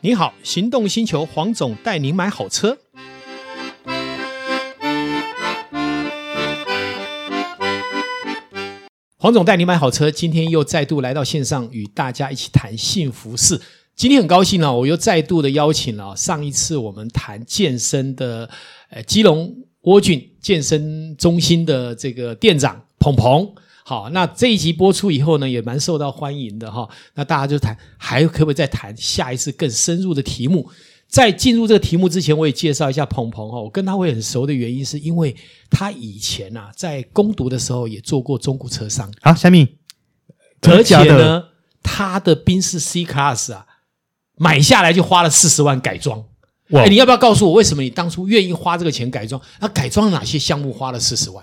你好，行动星球黄总带您买好车。黄总带您买好车，今天又再度来到线上与大家一起谈幸福事。今天很高兴呢、啊我又再度的邀请了、啊上一次我们谈健身的，呃，基隆窝郡健身中心的这个店长鹏鹏。好，那这一集播出以后呢，也蛮受到欢迎的哈、那大家就谈，还可不可以再谈下一次更深入的题目？在进入这个题目之前，我也介绍一下鹏鹏哦。我跟他会很熟的原因，是因为他以前啊在攻读的时候也做过中古车商，好，虾米，而且假的，哎呢，他的宾士 C Class 啊，买下来就花了四十万改装。哇哎，你要不要告诉我，为什么你当初愿意花这个钱改装？那改装哪些项目花了四十万？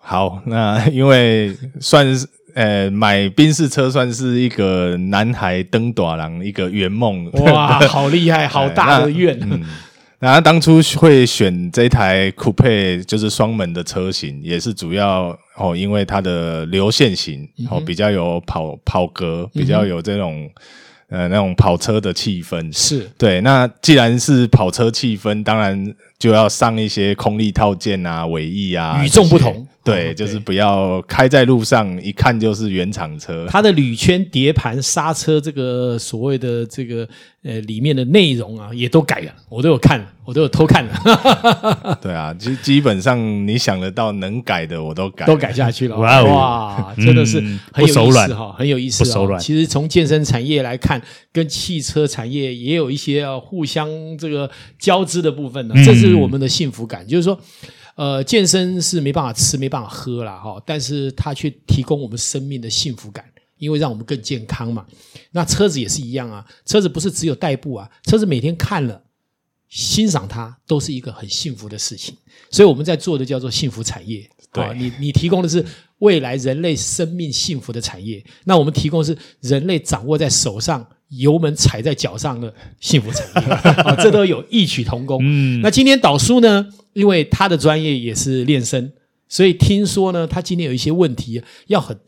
好，那因为算是呃买宾士车算是一个男孩登短廊一个圆梦， 哇，好厉害，好大的愿！啊嗯然后当初会选这台 coupe 就是双门的车型，也是主要哦，因为它的流线型嗯哦比较有跑跑格，比较有这种、呃那种跑车的气氛。是对，那既然是跑车气氛，当然就要上一些空力套件啊、尾翼啊，与众不同。对，就是不要开在路上，一看就是原厂 车。它的铝圈、碟盘、刹车，这个所谓的这个呃里面的内容啊，也都改了，我都有看了，我都有偷看了，对啊，基基本上你想得到能改的我都改了，都改下去了。哇哦哇，真的是嗯很有不意手思软哈，很有意思、哦。不手软其实从健身产业来看，跟汽车产业也有一些、啊、互相这个交织的部分呢、嗯这是我们的幸福感，就是说。呃，健身是没办法吃、没办法喝啦，哈，但是它却提供我们生命的幸福感，因为让我们更健康嘛。那车子也是一样啊，车子不是只有代步啊，车子每天看了。欣赏它都是一个很幸福的事情，所以我们在做的叫做幸福产业。对啊你你提供的是未来人类生命幸福的产业，那我们提供的是人类掌握在手上、油门踩在脚上的幸福产 业啊，这都有异曲同工。嗯，那今天导叔呢，因为他的专业也是练身，所以听说呢，他今天有一些问题要很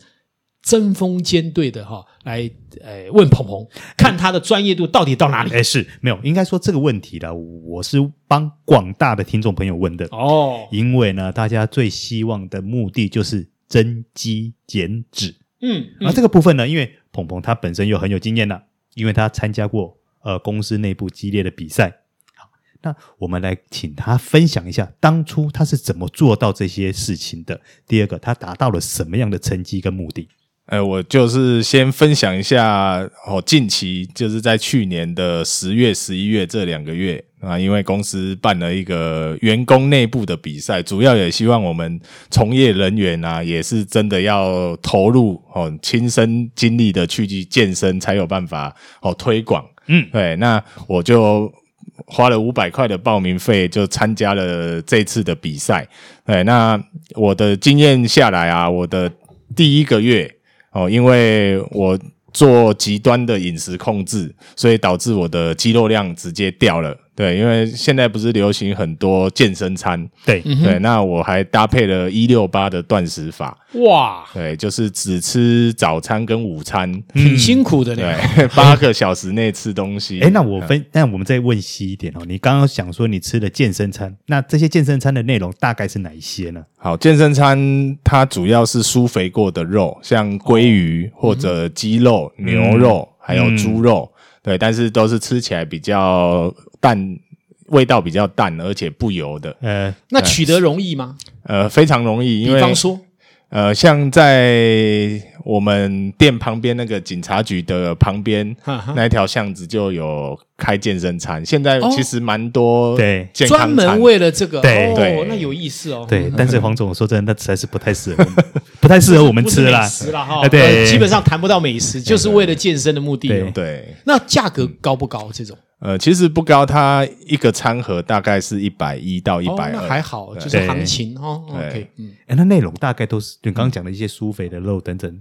针锋尖对的哈、来呃问鹏鹏，嗯看他的专业度到底到哪里。哎，是没有，应该说这个问题啦，我是帮广大的听众朋友问的，哦，因为呢，大家最希望的目的就是增肌减脂。嗯，而这个部分呢，因为鹏鹏他本身又很有经验了，因为他参加过呃公司内部激烈的比赛。好，那我们来请他分享一下当初他是怎么做到这些事情的。第二个，他达到了什么样的成绩跟目的？呃，我就是先分享一下哦，近期就是在去年的十月、十一月这两个月啊，因为公司办了一个员工内部的比赛，主要也希望我们从业人员啊，也是真的要投入哦，亲身经历的去健身，才有办法哦推广。嗯，对，那我就花了五百块的报名费，就参加了这次的比赛。对，那我的经验下来啊，我的第一个月哦，因为我做极端的饮食控制，所以导致我的肌肉量直接掉了。对，因为现在不是流行很多健身餐，对，嗯对，那我还搭配了一六八的断食法，哇，对，就是只吃早餐跟午餐，挺辛苦的呢。嗯对， 八个小时内吃东西。哎，那啊我分，那我们再问细一点哦。你刚刚想说你吃了健身餐，那这些健身餐的内容大概是哪一些呢？好，健身餐它主要是酥肥过的肉，像鲑鱼哦或者鸡肉、嗯牛肉，还有猪肉，对，但是都是吃起来比较淡，味道比较淡，而且不油的，呃，那取得容易吗？呃，非常容易，因比为方说，呃，像在我们店旁边那个警察局的旁边。哈哈那一条巷子就有开健身餐，现在哦其实蛮多对健康专餐门为了这个，对哦对，那有意思哦。对，但是黄总，我说真的，那实在是不太适合 我们，不太适合我们不是吃美啦。食啦哈，哎对呃基本上谈不到美食，就是为了健身的目的哦。对那价格高不高？这种呃，其实不高，它一个餐盒大概是一百一到一哦百那二，还好，就是对行情哦。对 OK，嗯，哎，那内容大概都是你刚刚讲的一些酥肥的肉等等。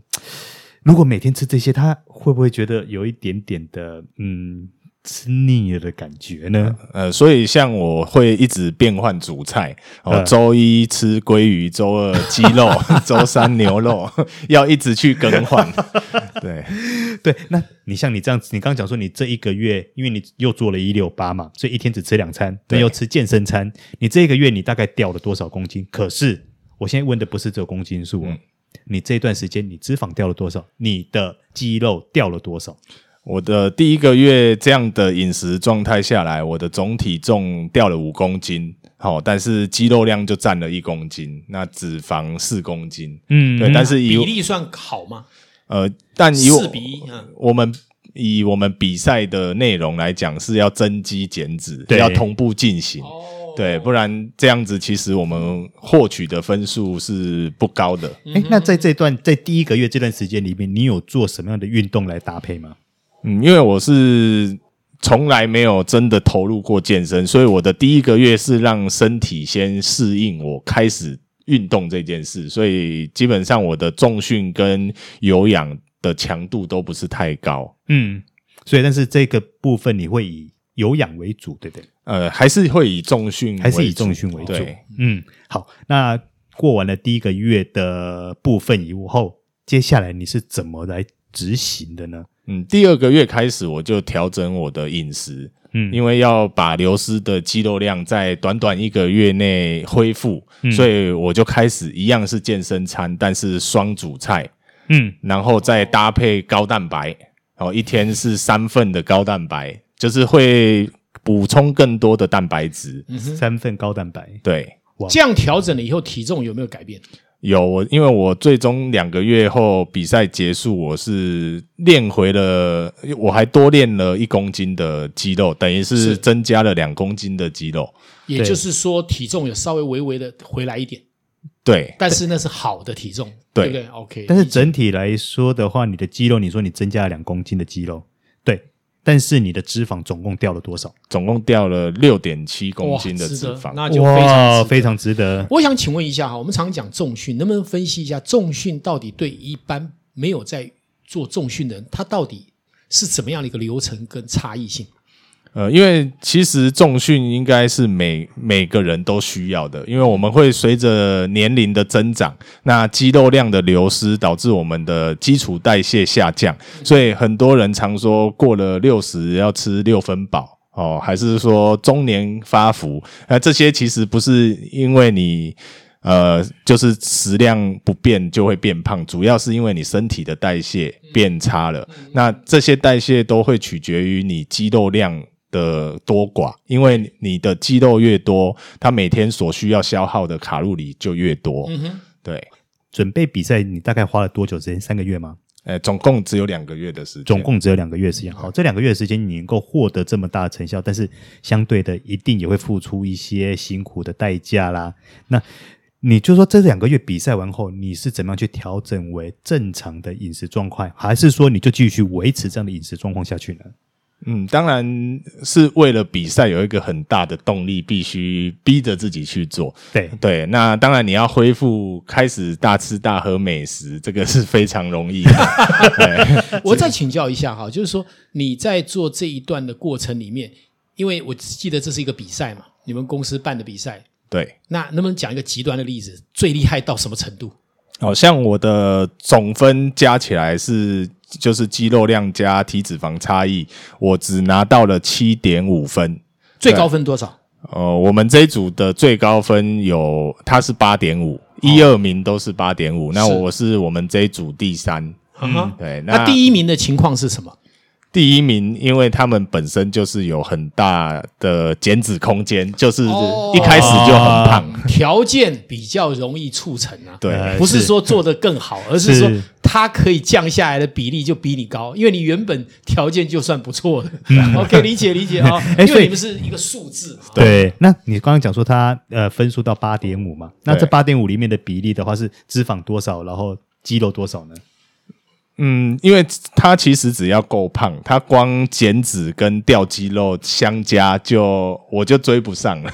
如果每天吃这些，他会不会觉得有一点点的嗯吃腻了的感觉呢？呃，所以像我会一直变换主菜，哦，嗯周一吃鲑鱼，周二鸡 肉，周三牛肉， 要一直去更换。对，对，那你像你这样子，你刚刚讲说你这一个月，因为你又做了一六八嘛，所以一天只吃两餐，对那又吃健身餐，你这一个月你大概掉了多少公斤？可是我现在问的不是只有公斤数、哦，你这一段时间你脂肪掉了多少？你的肌肉掉了多少？我的第一个月这样的饮食状态下来，我的总体重掉了五公斤，好、但是肌肉量就占了一公斤，那脂肪四公斤，嗯对，但是以比我例算好吗？呃，但以我四比一，嗯，我们以我们比赛的内容来讲，是要增肌减脂，对要同步进行。哦，对，不然这样子，其实我们获取的分数是不高的。哎，那在这段在第一个月这段时间里面，你有做什么样的运动来搭配吗？嗯，因为我是从来没有真的投入过健身，所以我的第一个月是让身体先适应我开始运动这件事，所以基本上我的重训跟有氧的强度都不是太高。嗯，所以但是这个部分你会以有氧为主，对不对？呃，还是会以重嗯训为主，还是以重训为主对，嗯，好，那过完了第一个月的部分以后，接下来你是怎么来执行的呢？嗯，第二个月开始我就调整我的饮食，嗯因为要把流失的肌肉量在短短一个月内恢复，所以我就开始一样是健身餐，但是双主菜，嗯，然后再搭配高蛋白，然后一天是三份的高蛋白，就是会补充更多的蛋白质。嗯三份高蛋嗯白，对，这样调整了以后，体重有没有改变？有我，因为我最终两个月后比赛结束，我是练回了，我还多练了一公斤的肌肉，等于是是增加了两公斤的肌肉。也就是说，体重有稍微微微的回来一点，对，但是那是好的体重，对不对？OK，但是整体来说的话，你的肌肉，你说你增加了两公斤的肌肉，对，但是你的脂肪总共掉了多少？总共掉了六点七公哇斤的值脂得肪。那就非常值得非常值得。我想请问一下哈，我们常讲重训，能不能分析一下重训到底对一般没有在做重训的人，他到底是怎么样的一个流程跟差异性？呃，因为其实重训应该是每每个人都需要的，因为我们会随着年龄的增长，那肌肉量的流失导致我们的基础代谢下降，所以很多人常说过了六十要吃六分饱。哦，还是说中年发福？那、这些其实不是因为你呃，就是食量不变就会变胖，主要是因为你身体的代谢变差了。那这些代谢都会取决于你肌肉量的多寡，因为你的肌肉越多，它每天所需要消耗的卡路里就越多。嗯哼，对，准备比赛，你大概花了多久时间？三个月吗？呃，总共只有两个月的时间。总共只有两个月时间。好，这两个月时间你能够获得这么大的成效，但是相对的，一定也会付出一些辛苦的代价啦。那你就说这两个月比赛完后，你是怎么样去调整为正常的饮食状况，还是说你就继续维持这样的饮食状况下去呢？嗯，当然是为了比赛有一个很大的动力，必须逼着自己去做。对，对，那当然你要恢复，开始大吃大喝美食，这个是非常容 易的。我再请教一下哈，就是说你在做这一段的过程里面，因为我记得这是一个比赛嘛，你们公司办的比赛，对，那能不能讲一个极端的例子，最厉害到什么程度？好、像我的总分加起来是就是肌肉量加体脂肪差异，我只拿到了七点五分。最高分多少？呃，我们这一组的最高分有，他是八点五，一二名都是八点五，那是我是我们这一组第三。嗯哼，对，那那第一名的情况是什么？第一名，因为他们本身就是有很大的减脂空间，就是哦一开始就很胖。条件比较容易促成啊。对，呃不是说做得更好，而是说是它可以降下来的比例就比你高，因为你原本条件就算不错了。OK，理 解理解啊、哎因所为以你们是一个数字嘛。对，那你刚刚讲说它呃分数到八点五嘛，那这对八点五里面的比例的话是脂肪多少，然后肌肉多少呢？嗯，因为他其实只要够胖，他光减脂跟掉肌肉相加就我就追不上了。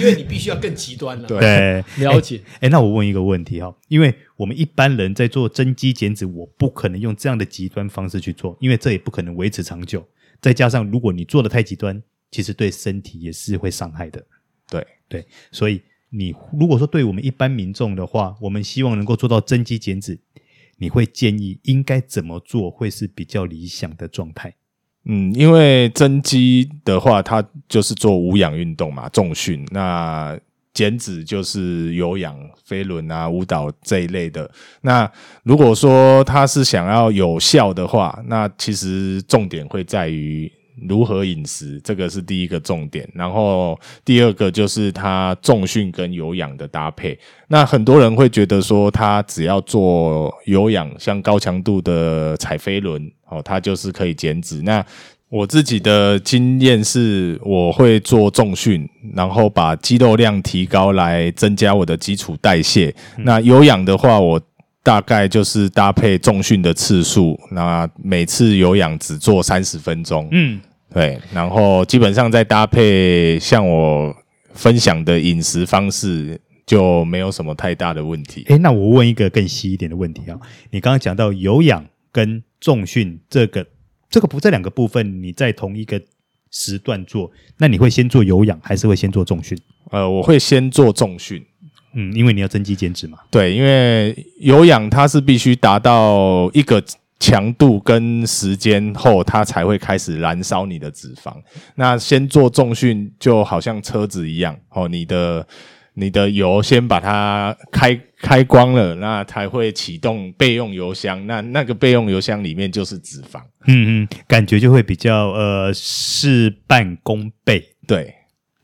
因为你必须要更极端了。对对， 了解。哎，那我问一个问题哈、因为我们一般人在做增肌减脂，我不可能用这样的极端方式去做，因为这也不可能维持长久。再加上如果你做的太极端，其实对身体也是会伤害的。对对，所以你如果说对我们一般民众的话，我们希望能够做到增肌减脂，你会建议应该怎么做会是比较理想的状态？嗯，因为增肌的话，它就是做无氧运动嘛，重训。那减脂就是有氧、飞轮啊、舞蹈这一类的。那如果说他是想要有效的话，那其实重点会在于如何饮食，这个是第一个重点。然后第二个就是他重训跟有氧的搭配。那很多人会觉得说，他只要做有氧，像高强度的踩飞轮，哦，他就是可以减脂。那我自己的经验是，我会做重训，然后把肌肉量提高来增加我的基础代谢。那有氧的话，我大概就是搭配重训的次数，那每次有氧只做三十分钟。嗯，对，然后基本上再搭配像我分享的饮食方式，就没有什么太大的问题。诶，那我问一个更细一点的问题啊，你刚刚讲到有氧跟重训这个这个不这两个部分，你在同一个时段做，那你会先做有氧，还是会先做重训？呃，我会先做重训，嗯，因为你要增肌减脂嘛。对，因为有氧它是必须达到一个强度跟时间后，它才会开始燃烧你的脂肪。那先做重训就好像车子一样，哦，你的你的油先把它开开光了，那才会启动备用油箱。那那个备用油箱里面就是脂肪，嗯嗯，感觉就会比较呃事半功倍。对。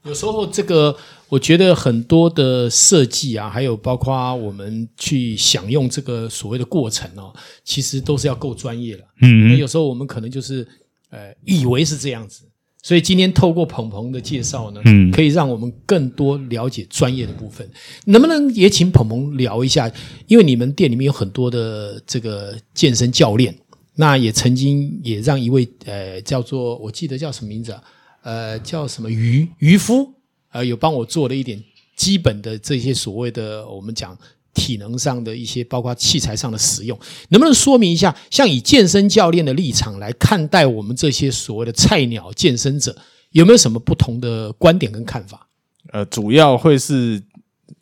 有时候这个，我觉得很多的设计啊，还有包括我们去享用这个所谓的过程哦，其实都是要够专业了。那嗯有时候我们可能就是呃，以为是这样子，所以今天透过鹏鹏的介绍呢，嗯可以让我们更多了解专业的部分。能不能也请鹏鹏聊一下？因为你们店里面有很多的这个健身教练，那也曾经也让一位呃叫做我记得叫什么名字啊？呃，叫什么渔渔夫？呃，有帮我做了一点基本的这些所谓的我们讲体能上的一些，包括器材上的使用，能不能说明一下？像以健身教练的立场来看待我们这些所谓的菜鸟健身者，有没有什么不同的观点跟看法？呃，主要会是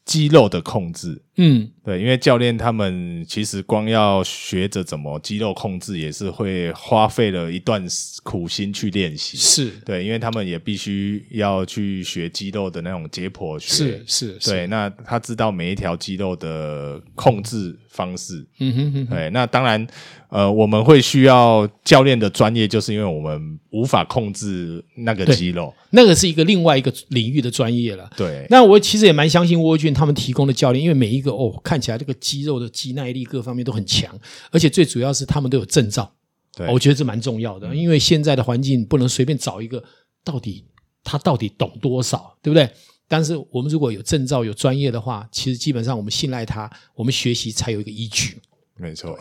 肌肉的控制。嗯对，因为教练他们其实光要学着怎么肌肉控制，也是会花费了一段时苦心去练习。是对，因为他们也必须要去学肌肉的那种解剖学是。是，是，对，那他知道每一条肌肉的控制方式。嗯哼哼哼，对，那当然，呃，我们会需要教练的专业，就是因为我们无法控制那个对肌肉。那个是一个另外一个领域的专业了。对，那我其实也蛮相信沃俊他们提供的教练，因为每一个哦，看起来这个肌肉的肌耐力各方面都很强，而且最主要是他们都有证照，对哦我觉得这蛮重要的，因为现在的环境不能随便找一个，到底他到底懂多少，对不对？但是我们如果有证照、有专业的话，其实基本上我们信赖他，我们学习才有一个依据。没错。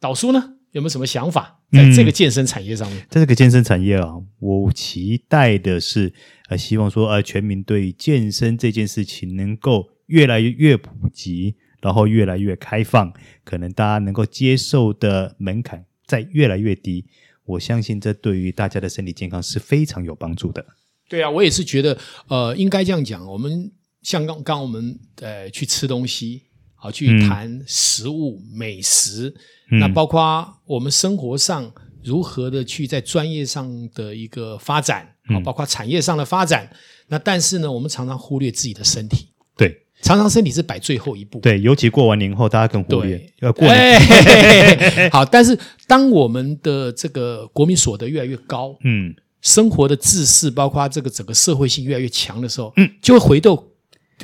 导叔呢，有没有什么想法在这个健身产业上面？在这个健身产业啊，我期待的是，呃，希望说呃，全民对健身这件事情能够越来越普及，然后越来越开放，可能大家能够接受的门槛在越来越低。我相信这对于大家的身体健康是非常有帮助的。对啊，我也是觉得，呃，应该这样讲。我们像刚刚我们呃去吃东西，好去嗯谈食物、美食，嗯那包括我们生活上如何的去在专业上的一个发展，啊，嗯包括产业上的发展。那但是呢，我们常常忽略自己的身体，对常常身体是摆最后一步。对，尤其过完年后，大家更忽略对，呃，过年，哎嘿嘿嘿嘿好，但是当我们的这个国民所得越来越高，嗯，生活的制式，包括这个整个社会性越来越强的时候，嗯，就会回到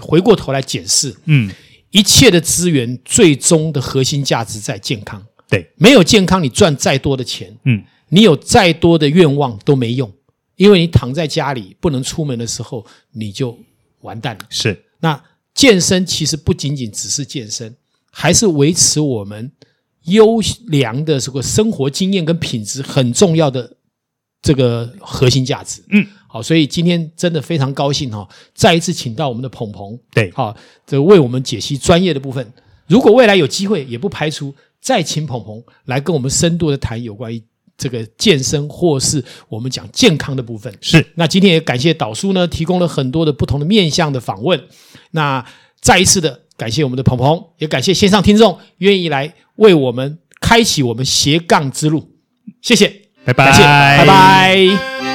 回过头来检视嗯，一切的资源，最终的核心价值在健康。对，没有健康，你赚再多的钱，嗯，你有再多的愿望都没用，因为你躺在家里不能出门的时候，你就完蛋了。是，那健身其实不仅仅只是健身，还是维持我们优良的这个生活经验跟品质很重要的这个核心价值。嗯，好，所以今天真的非常高兴哈、哦，再一次请到我们的鹏鹏，对，好、这为我们解析专业的部分。如果未来有机会，也不排除再请鹏鹏来跟我们深度的谈有关于这个健身或是我们讲健康的部分。是那今天也感谢导叔呢，提供了很多的不同的面向的访问。那再一次的感谢我们的鹏鹏，也感谢线上听众愿意来为我们开启我们斜杠之路。谢谢，拜拜，感谢，拜拜